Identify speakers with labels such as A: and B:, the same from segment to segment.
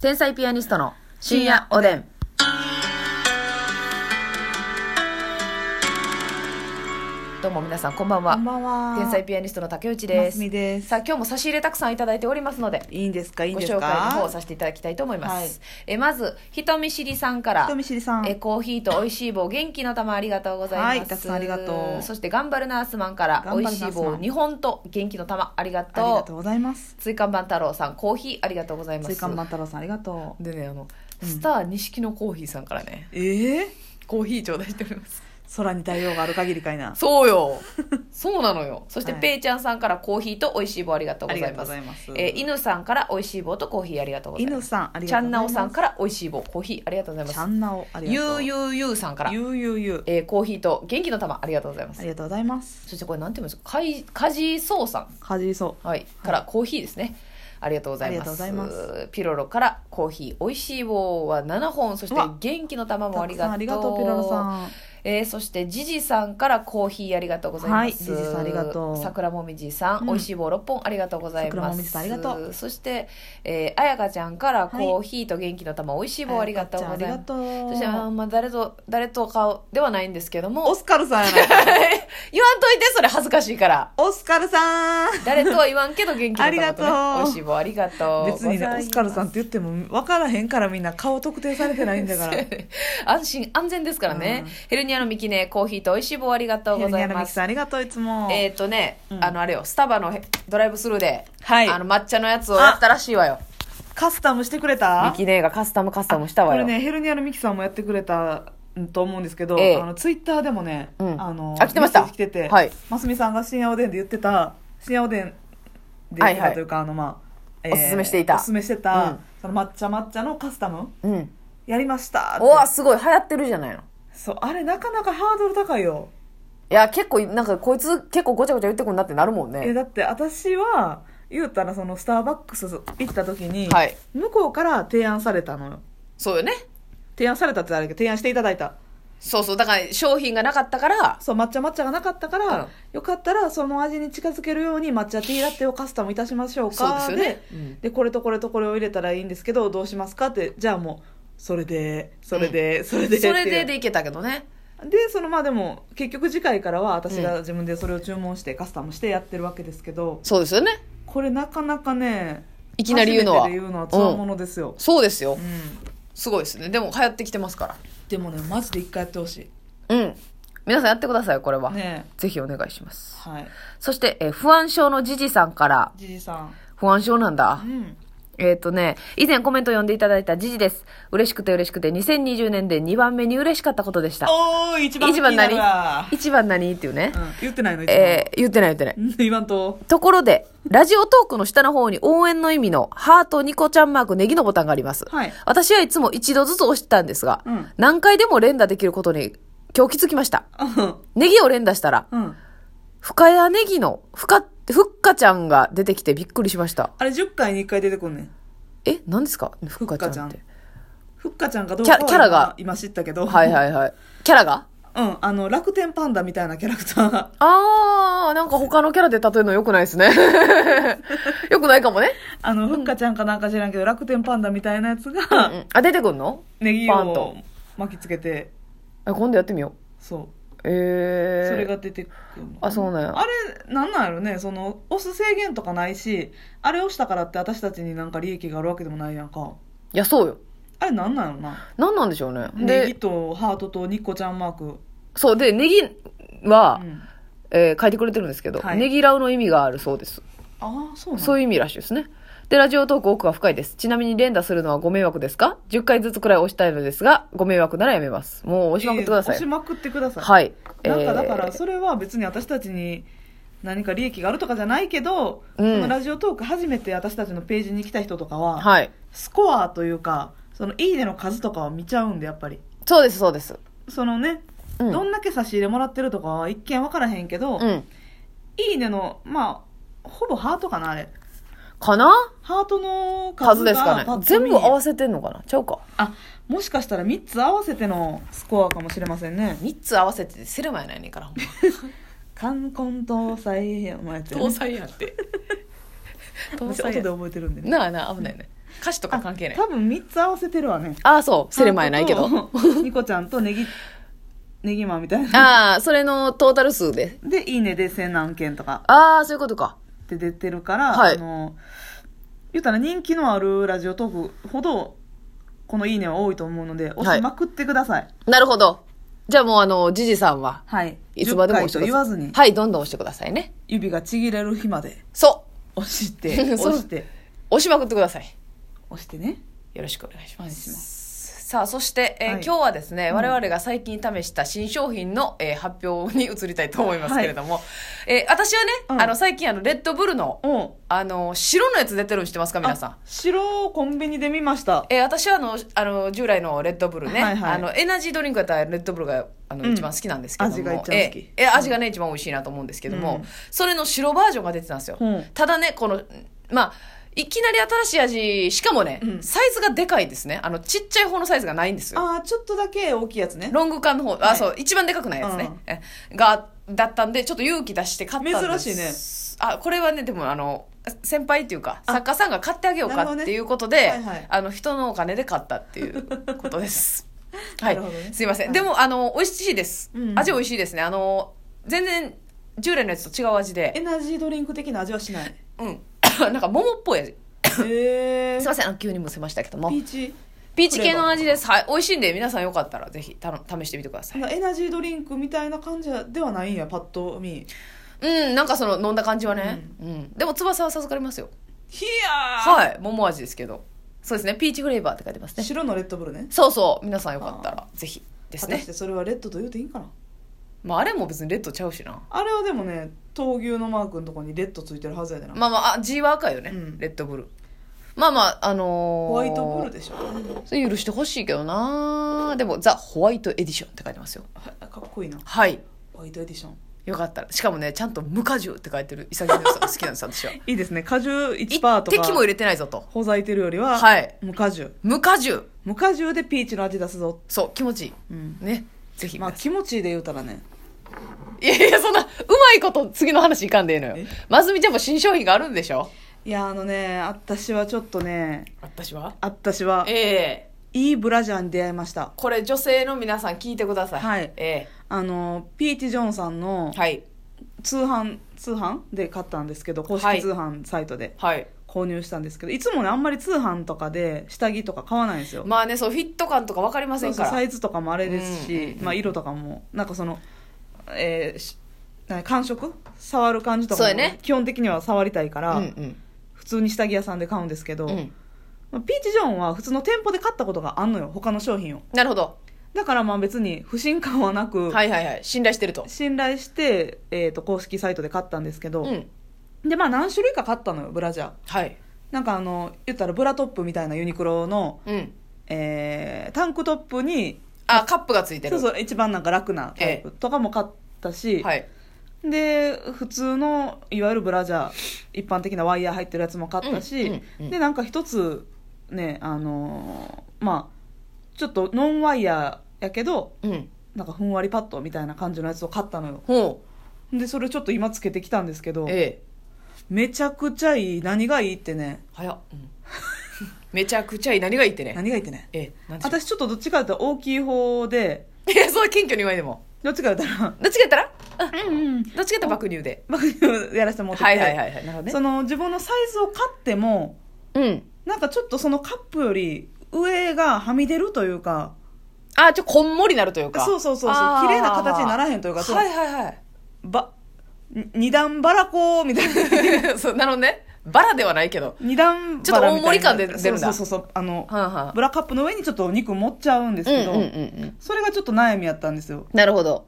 A: 天才ピアニストの深夜おでん。どうも皆さんこんばん
B: こ
A: は
B: ん。ばんは。
A: 天才ピアニストの竹内で。
B: ますすみです
A: さあ今日も差し入れたくさんいただいておりますので、
B: いいんですかいいん
A: ご
B: ですか
A: 紹介の方をさせていただきたいと思います。
B: はい
A: えまず人見知りさんから。
B: 人見知りさん。
A: えコーヒーと美味しい棒元気の玉ありがとうございます、
B: はいたくさんありがとう
A: そして頑張るナースマンから
B: 頑張
A: 美
B: る
A: 味
B: ナース
A: し
B: マ
A: い
B: ン
A: 棒2本と元気の玉ありが
B: ありが
A: と
B: と
A: う
B: うございます。
A: 追加版太郎さんコーヒーありがとうございます
B: 追加万太郎さんありがとう。
A: でねあの、
B: うん
A: スター錦のコーヒーさんからね
B: ええ
A: コーヒー頂戴しております
B: 空に太陽がある限りかいな。
A: そう よそうなのよそして、
B: はい
A: ペイちゃんさんからコーヒーと美味しい棒ありがとうございます
B: ありがとうございます
A: えー犬さんから美味しい棒とコーヒーありがとうございま
B: 犬
A: す
B: さんあり
A: ちゃ
B: が
A: ん
B: とうございます。
A: なおさんから美味しい棒コーヒーありがとうございま
B: ちゃ
A: す
B: んなおありが
A: ゆ
B: とう。
A: うゆうゆうさんから、
B: ゆうゆうゆう
A: えーコーヒーと元気の玉ありがとうございま
B: あ
A: す
B: りがとうございます。
A: そしてこれなんていうんですかかいかじそうさん
B: かじりそう。
A: はい、からコーヒーですね。ありがとうございます。
B: ありがとうございます
A: ピロロからコーヒー、美味しい棒は7本、そし
B: う
A: て
B: わ
A: 元気の玉もあ
B: た
A: り
B: く
A: がと
B: さん
A: う。
B: ありがとうピロロさん。
A: えーそしてジジさんからコーヒーありがとうございます。
B: はいジジさんありがとう
A: 桜もみじさん、
B: うん
A: 美味しい棒6本ありがとうございます。
B: 桜もみじさんありがと
A: う。そして、えー、あやかちゃんからコーヒーと元気の玉、美味しい棒ありがとうござい
B: あや
A: ます
B: か。ちゃんありがとう。
A: そして、あーまあ、誰と、誰と顔ではないんですけど
B: オ
A: も、
B: スカルさんやないか
A: 言わんといて、それ恥ずかしいから。
B: オスカルさん。
A: 誰とは言わんけど元気の玉とね、
B: ありがとう
A: 美味しい棒ありがとう。
B: 別にねオスカルさ
A: ん。
B: んって言っても分からへんからみんな顔特定されてないんだ から。
A: 安心、安全ですからね。
B: うん
A: ヘルニアのミキね、コーヒーと美味しい棒ありがとうござい
B: ミ
A: ま
B: キ
A: す
B: さん。ありがとういつも。
A: えっ、とね、
B: うん
A: あの、あれよ、スタバのへドライブスルーで、
B: はい
A: あの、抹茶のやつをやったらしいわよ。
B: カスタムしてくれた？
A: ミキねがカスタムカスタムした
B: こ
A: わ
B: れ
A: よ。
B: ねヘルニアのミキさんもやってくれたと思うんですけど、
A: ええ
B: あのツイッターでもね、
A: うん
B: あの
A: あ来てました
B: メッセージ来てて、
A: はい
B: ますみさんが深夜おでんで言ってた深夜おでんで言って
A: はいは
B: た
A: い
B: というか、あのまあ、
A: おすすめしていた
B: おすすめしてた、
A: うん
B: その抹茶抹茶のカスタム
A: うん。
B: やりましたって
A: おわ、すごい、流行ってるじゃないの。
B: そうあれなかなかハードル高いよ、
A: いや、結構、なんか、こいつ結構ごちゃごちゃ言ってくんなってなるもん
B: え
A: ね。
B: だって私は言うたらそのスターバックス行った時に、
A: はい
B: 向こうから提案されたのよ
A: そうよね。
B: 提案されたってあれだけど提案していただいた
A: そうそう、だから商品がなかったから、
B: そう抹茶抹茶がなかったから、
A: うん
B: よかったらその味に近づけるように抹茶ティーラテをカスタムいたしましょう
A: そうで
B: か
A: すよねうん
B: でこれとこれとこれを入れたらいいんですけどどうしますかってじゃあもうそれでそれで、それで
A: それで
B: って
A: でいけたけどね。
B: でそのまあでも結局次回からは私
A: う
B: が自分でそれを注文してカスタムしてやってるわけですけど、
A: そうですよね。
B: これなかなかね
A: いきなり言うのは
B: 初めてで言うのはつわものですよ、
A: そうですよ
B: うん。
A: すごいですね。でも流行ってきてますか
B: でもねマジで一回やってほし。
A: ら。うん。皆さんやってください、これはい
B: ね
A: ぜひお願いします。
B: はい
A: そして、えー不安症のじじさんから、
B: じじさん
A: 不安症なんだ
B: う。ん
A: えっ、とね、以前コメント読んでいただいたじじです。嬉しくて嬉しくて、2020年で2番目に嬉しかったことでした。
B: おー一番
A: 一番何
B: 気になるわ
A: 一番何っていうね。
B: うん言ってないの一番
A: えー言ってない言ってない。
B: うん言わんと
A: ところで、ラジオトークの下の方に応援の意味のハート、ニコちゃんマーク、ネギのボタンがあります。
B: はい
A: 私はいつも一度ずつ押してたんですが、
B: うん
A: 何回でも連打できることに今日気づきました。ネギを連打したら、
B: うん
A: 深谷ネギのふか、ふっかちゃんが出てきてびっくりしました。
B: あれ10回に1回出てこんねん
A: え、何ですかふっかちゃんって。
B: ふっかちゃんかどうかは
A: キャキャラが
B: 今今知ったけど
A: はいはいはい。キャラが
B: うんあの楽天パンダみたいなキャラクタ ー
A: あー、なんか他のキャラで例えるの良くないですね。 良くないかもね。
B: あのふっかちゃんかなんか知らんけど楽天パンダみたいなやつ
A: う
B: が
A: んあ、出てくんの
B: ネギ
A: パンと
B: を巻きつけて
A: あ今度やってみよ。
B: そう
A: えー。
B: それが出てくるの
A: あそうなんや
B: あれなんなんやろねその押す制限とかないしあれ押したからって私たちになんか利益があるわけでもないやんか
A: いや、そうよ。
B: あれなんなんやろな
A: 何なんでしょうね。
B: ネギ
A: で、
B: とハートとニッコちゃんマーク
A: そう、で、ネギは
B: う、ん
A: えー書いてくれてるんですけど、
B: はい
A: ネギラウの意味があるそうです。
B: ああそうなんだ
A: そういう意味らしいですね。で、ラジオトーク奥が深いです。ちなみに連打するのはご迷惑ですか ?10 回ずつくらい押したいのですが、ご迷惑ならやめます。もう押しまくってください。
B: ええ押しまくってください。
A: はい。
B: なんかだから、
A: えー
B: それは別に私たちに何か利益があるとかじゃないけど、
A: うん
B: そのラジオトーク初めて私たちのページに来た人とかは、
A: はい。
B: スコアというか、そのいいねの数とかを見ちゃうんで、やっぱり。
A: そうです、そうです。
B: そのね、
A: うん
B: どんだけ差し入れもらってるとかは一見わからへんけど、
A: うん。
B: いいねの、まあ、ほぼハートかな、あれ。
A: かな
B: ハートの
A: 数
B: 数が
A: ですかね。全部合わせてんのかなちゃうか。
B: あ、もしかしたら3つ合わせてのスコアかもしれませんね。
A: 3つ合わせてセルマやないねんから、 ほんま。
B: 冠婚搭載、お前やってる ね
A: 搭載やって。搭
B: 私
A: 載
B: 音
A: や
B: で覚えてるんで ね
A: なあなあ、危ないね。
C: 歌詞とか関係ない
B: 多分3つ合わせてるわね
A: ああ、そう。セレマやないけど。
B: ニコちゃんと ネギネギマンみたいな
A: ああ、それのトータル数で。
B: で「いいね」で千何件とか
A: ああ、そういうことか。
B: って出てるから、
A: はい
B: あの言ったら人気のあるラジオトークほどこの「いいね」は多いと思うので押しまくってください
A: なるほど。じゃあもうあの、ジジさんは、
B: はい、
A: いつまでも押
B: 10回
A: してくだ
B: と
A: さい。
B: 言わずに
A: はい、どんどん押してくださいね。
B: 指がちぎれる日まで
A: そ
B: 押して
A: そう
B: 押して
A: う。押しまくってください。
B: 押してね
A: よろしくお願いし
B: お
A: ま
B: 願い
A: す。
B: します
A: さあ、そして、えー
B: はい
A: 今日はですね、我々が最近試した新商品の、えー発表に移りたいと思いますけれども、えー私はね、
B: うん
A: あの、最近あの、レッドブルの、
B: おう
A: あの、白のやつ出てるの知ってますか、皆さん
B: あ。白をコンビニで見ました
A: えー私はあのあの従来のレッドブルね、
B: はいはい
A: あのエナジードリンクやったらレッドブルがあの、
B: うん
A: 一番好きなんですけども
B: 味が一番好き
A: えーえー味がね、一番美味しいなと思うんですけども、
B: うん
A: それの白バージョンが出てたんですよ、
B: うん
A: ただねこのまあいきなり新しい味しかもね、
B: うん
A: サイズがでかいですねあのちっちゃい方のサイズがないんですよ
B: ああちょっとだけ大きいやつね
A: ロング缶の方、
B: は
A: あ
B: い
A: そう一番でかくないやつね、
B: うん
A: えがだったんでちょっと勇気出して買ったんです
B: 珍しいね
A: あこれはねでもあの先輩っていうか
B: あ
A: 作家さんが買ってあげよう
B: な
A: か
B: るほ
A: っ
B: どね
A: ていうことで、
B: はいはい
A: あの人のお金で買ったっていうことです はい、
B: なるほどね
A: すいません、
B: はい
A: でもあの美味しいです、
B: うんうん
A: 味美味しいですねあの全然従来のやつと違う味
B: エ
A: で
B: ナジードリンク的な味はしない
A: うん なんか桃っぽい味
B: へえ
A: すいませんあの急にむせましたけども
B: ピーチ
A: ピーチ系の味です、はい、美味しいんで皆さんよかったらぜひたの試してみてください
B: エナジードリンクみたいな感じではないんやパッと見
A: うん、なんかその飲んだ感じはね。うん。でも翼は授かりますよ。
B: ひやー、
A: はい。桃味ですけど。そうですね。ピーチフレーバーって書いてますね。
B: 白のレッドブルね
A: そうそう。皆さんよかったら、ぜひです
B: 果た
A: ね
B: し。てそれはレッドと言うていいんかな
A: まあ、あれも別にレッドちゃうしな。
B: あれはでもね闘牛のマークのとこにレッドついてるはずやでな、
A: まあまあ、あ G は赤よね。
B: うん
A: レッドブル。まあまあ、あのー、ホ
B: ホワイトブルでしょ
A: それ許してほしいけどなでも、ザ・ホワイトエディションって書いてますよ。
B: はかっこいいな
A: はい。
B: ホワイトエディション
A: よかったら。しかもね、ちゃんと無果汁って書いてる潔さん好きなんです、私は。
B: いいですね果汁
A: 一
B: 1%と
A: 滴も
B: か
A: 入れてないぞと。
B: ほざいてるよりは、
A: はい
B: 無果汁
A: 無果汁。
B: 無果汁でピーチの味出すぞ、
A: そう、気持ちいい。
B: うん、
A: ね。ぜひ
B: ま
A: 皆
B: あ
A: さん。
B: 気持ちいいで言うたらね
A: いやいや、そんな、うまいこと次の話いかんでいいのよ
B: え。
A: まずみちゃんも新商品があるんでしょ
B: いやあのね私はちょっとね
A: 私は
B: 私は
A: ええ
B: いいブラジャーに出会いました
A: これ女性の皆さん聞いてください。
B: はい
A: え
B: あのピーチ・ジョンさんの
A: えはい。
B: 通販通販で買ったんですけど公
A: はい
B: 式通販サイトで
A: はい。
B: 購入したんですけどいつもねあんまり通販とかで下着とか買わないんですよ、
A: まあね、そう、フィット感とかわかりませ
B: そうんそ
A: か
B: う
A: ら。
B: サイズとかもあれです
A: うんうん
B: し
A: う、ん
B: まあ、色とかもなんかその、えーしな感触触る感じと
A: そう
B: か
A: や
B: も、
A: ね
B: 基本的には触りたいから、
A: うん
B: 普通に下着屋さんで買うんですけど、
A: うん。うん。
B: まあピーチ・ジョンは普通の店舗で買ったことがあんのよ他の商品を
A: なるほど。
B: だからまあ別に不信感はなく、
A: はいはいはい。信頼してると。
B: 信頼して、えー、と公式サイトで買ったんですけど、
A: うん。
B: でまあ何種類か買ったのよブラジャー
A: はい。
B: なんかあの言ったらブラトップみたいなユニクロの、
A: うん。
B: えータンクトップに
A: あ、カップがついて
B: そ
A: る。
B: うそう一番なんか楽なタイプとかも買ったし、
A: はい。
B: で普通のいわゆるブラジャー一般的なワイヤー入ってるやつも買ったし、
A: うんうんうん
B: でなんか一つねあのーまあちょっとノンワイヤーやけど
A: うん。
B: なんかふんわりパッドみたいな感じのやつを買ったのよ
A: ほ
B: でそれちょっと今つけてきたんですけど
A: う。ええ。
B: めちゃくちゃいい何がいいってね
A: 早っ。うん めちゃくちゃいい。何がいいってね。
B: 何がいいってね
A: ええ。何でしょう
B: 私ちょっとどっちかというと大きい方で
A: いや、そう、謙虚に言わんでも。
B: どっちかというと
A: どっちかやったら
B: うんうん
A: どっちかやったら爆乳で。
B: 爆乳やらせてもらってて
A: はいはいはいはい。なるほどね
B: そ。の自分のサイズを買っても
A: うん。
B: なんかちょっとそのカップより上がはみ出るというか
A: あ、ちょ、こんもりなるというか。
B: そうそうそうそう
A: あー
B: 綺麗な形にならへんというかその
A: はいはいはい。
B: ばに二段バラコみたい な
A: そう、なるほどね。バラではないけど。
B: 二段
A: ちょっ
B: バ
A: と
B: ラみたいな
A: 大盛り感で出るんだ
B: そうそうそうそうあの
A: はんはん。
B: ブラカップの上にちょっとお肉持っちゃうんですけど、
A: うんうんうんうん。
B: それがちょっと悩みやったんですよ
A: なるほど。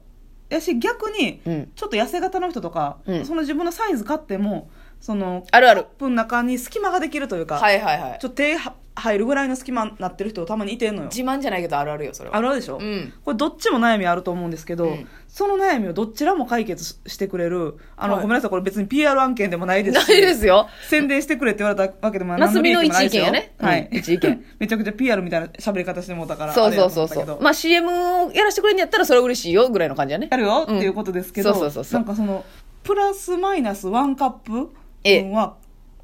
B: やし逆に
A: うん。
B: ちょっと痩せ型の人とか、
A: うん
B: その自分のサイズ買ってもその
A: あるある
B: カッ。プの中に隙間ができるというか、
A: はいはいはい
B: ち。ょっと手は入るぐらいの隙間になってる人たまにいてんのよ
A: 自慢じゃないけどあるあるよ、それは。
B: あるでしょ、
A: うん。
B: これどっちも悩みあると思うんですけど、
A: うん
B: その悩みをどちらも解決ししてくれるあの、
A: はい
B: ごめんなさいこれ別に PR 案件でもないです
A: ない
B: し
A: ですよ。
B: 宣伝してくれって言われたわけでもない
A: マスミの
B: 何利益もないです
A: 一意
B: よ
A: 見やね
B: はい、
A: うん一意見
B: めちゃくちゃ PR みたいな喋り方してもうたから
A: そうそうそう
B: あれ
A: そ
B: やと思
A: う。
B: ったけど
A: まあ CM をやらせてくれるんやったらそれは嬉しいよ、ぐらいの感じやね
B: や。るよ、
A: うん
B: っていうことですけど
A: そうそうそうそう
B: なんかそのプラスマイナスワンカップ
A: ええ
B: 分は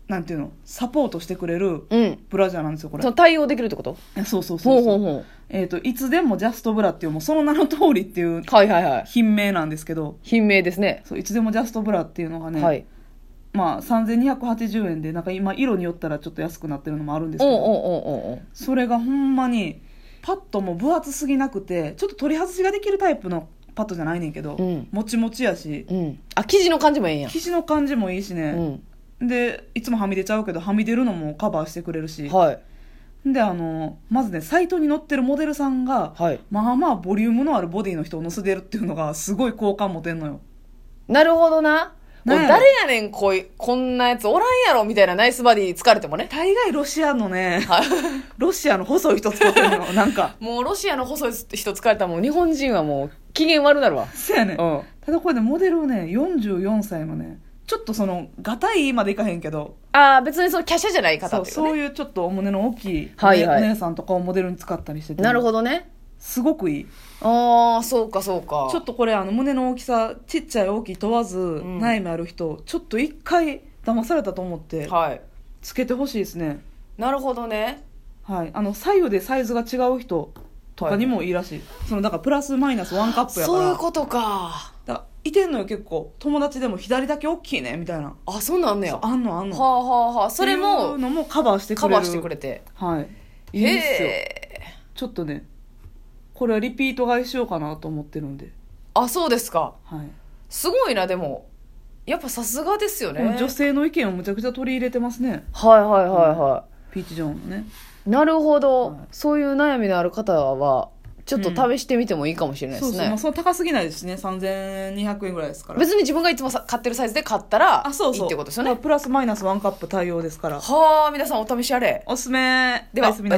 B: なんていうのサポートしてくれる
A: うん。
B: ブラジャーなんですよこれ
A: その対応できるってこと
B: えそうそうそ
A: ほ
B: う
A: うほ
B: そうう
A: ほ
B: えっ、といつでもジャストブラっていうもうその名の通りっていう
A: う。はいはいはい。
B: 品名なんですけど
A: 品名ですね。
B: そういつでもジャストブラっていうのがね、
A: はい。
B: まあ3280円でなんか今色によったらちょっと安くなってるのもあるんです
A: おう
B: けど
A: おうおうおうおう。
B: それがほんまにパッドも分厚すぎなくてちょっと取り外しができるタイプのパッドじゃないねんけど、
A: うん
B: もちもちやし
A: うん。あ、生地の感じもええんや。
B: 生地の感じもいいし
A: う
B: ね、
A: ん。
B: でいつもはみ出ちゃうけどはみ出るのもカバーしてくれるし、
A: はい。
B: であのまずねサイトに載ってるモデルさんが
A: はい。
B: まあまあボリュームのあるボディの人を乗せてるっていうのがすごい好感持てんのよ
A: なるほどな。も
B: ね
A: う
B: え
A: 誰やねん、こい、こんなやつおらんやろ、みたいなナイスバディ疲れてもね。
B: 大概ロシアのね
A: はい。
B: ロシアの細い人使ってるのなんか
A: もうロシアの細い人疲れたらもう日本人はもう機嫌悪なるわ。
B: そうやね
A: うん。
B: ただこれねモデルをね44歳のねちょっとそのがたいまでいかへんけど
A: ああ、別にその華奢じゃない方
B: そう
A: っていうね。
B: そういうちょっとお胸の大きいお,、
A: はいはい
B: 姉さんとかをモデルに使ったりしてて
A: なるほどね。
B: すごくいい
A: ああ、そうかそうか。
B: ちょっとこれあの胸の大きさちっちゃい大きい問わず、
A: ん
B: 悩みある人ちょっと一回騙されたと思って
A: はい。
B: つけてほしいですね
A: なるほどね。
B: はいあの左右でサイズが違う人とかにもいいらしい、そのだからプラスマイナスワンカップやから
A: そういうことか。
B: だからいてんのよ結構友達でも左だけ大きいねみたいな
A: あ、そうなんねや。は
B: あんのあん
A: あ
B: の
A: はあはあ。それ
B: っていう
A: も
B: のもカバーしてく
A: カ
B: れる
A: バーしてくれて。
B: はいいい
A: へ
B: っすよ
A: え。
B: ちょっとねこれはリピート買いしようかなと思ってるんで、
A: あ、そうですか。
B: はい
A: すごいな、でも。やっぱさすがですよね。
B: この女性の意見をむちゃくちゃ取り入れてますね
A: はいはいはいは
B: ピーチ・ジョーンね
A: い。なるほど、
B: はい
A: そういう悩みのある方は、ちょっと試してみてもいいかもしれないで
B: そう
A: す
B: そう、
A: ね。
B: まあ、その高すぎないですしね3200円ぐらいですから
A: 別に自分がいつもさ買ってるサイズで買ったら、
B: あそうそう
A: いいってことですよね。
B: まあプラスマイナスワンカップ対応ですから
A: はあ、皆さんお試しあれ。
B: おすすめ
A: では
B: おやすみなさい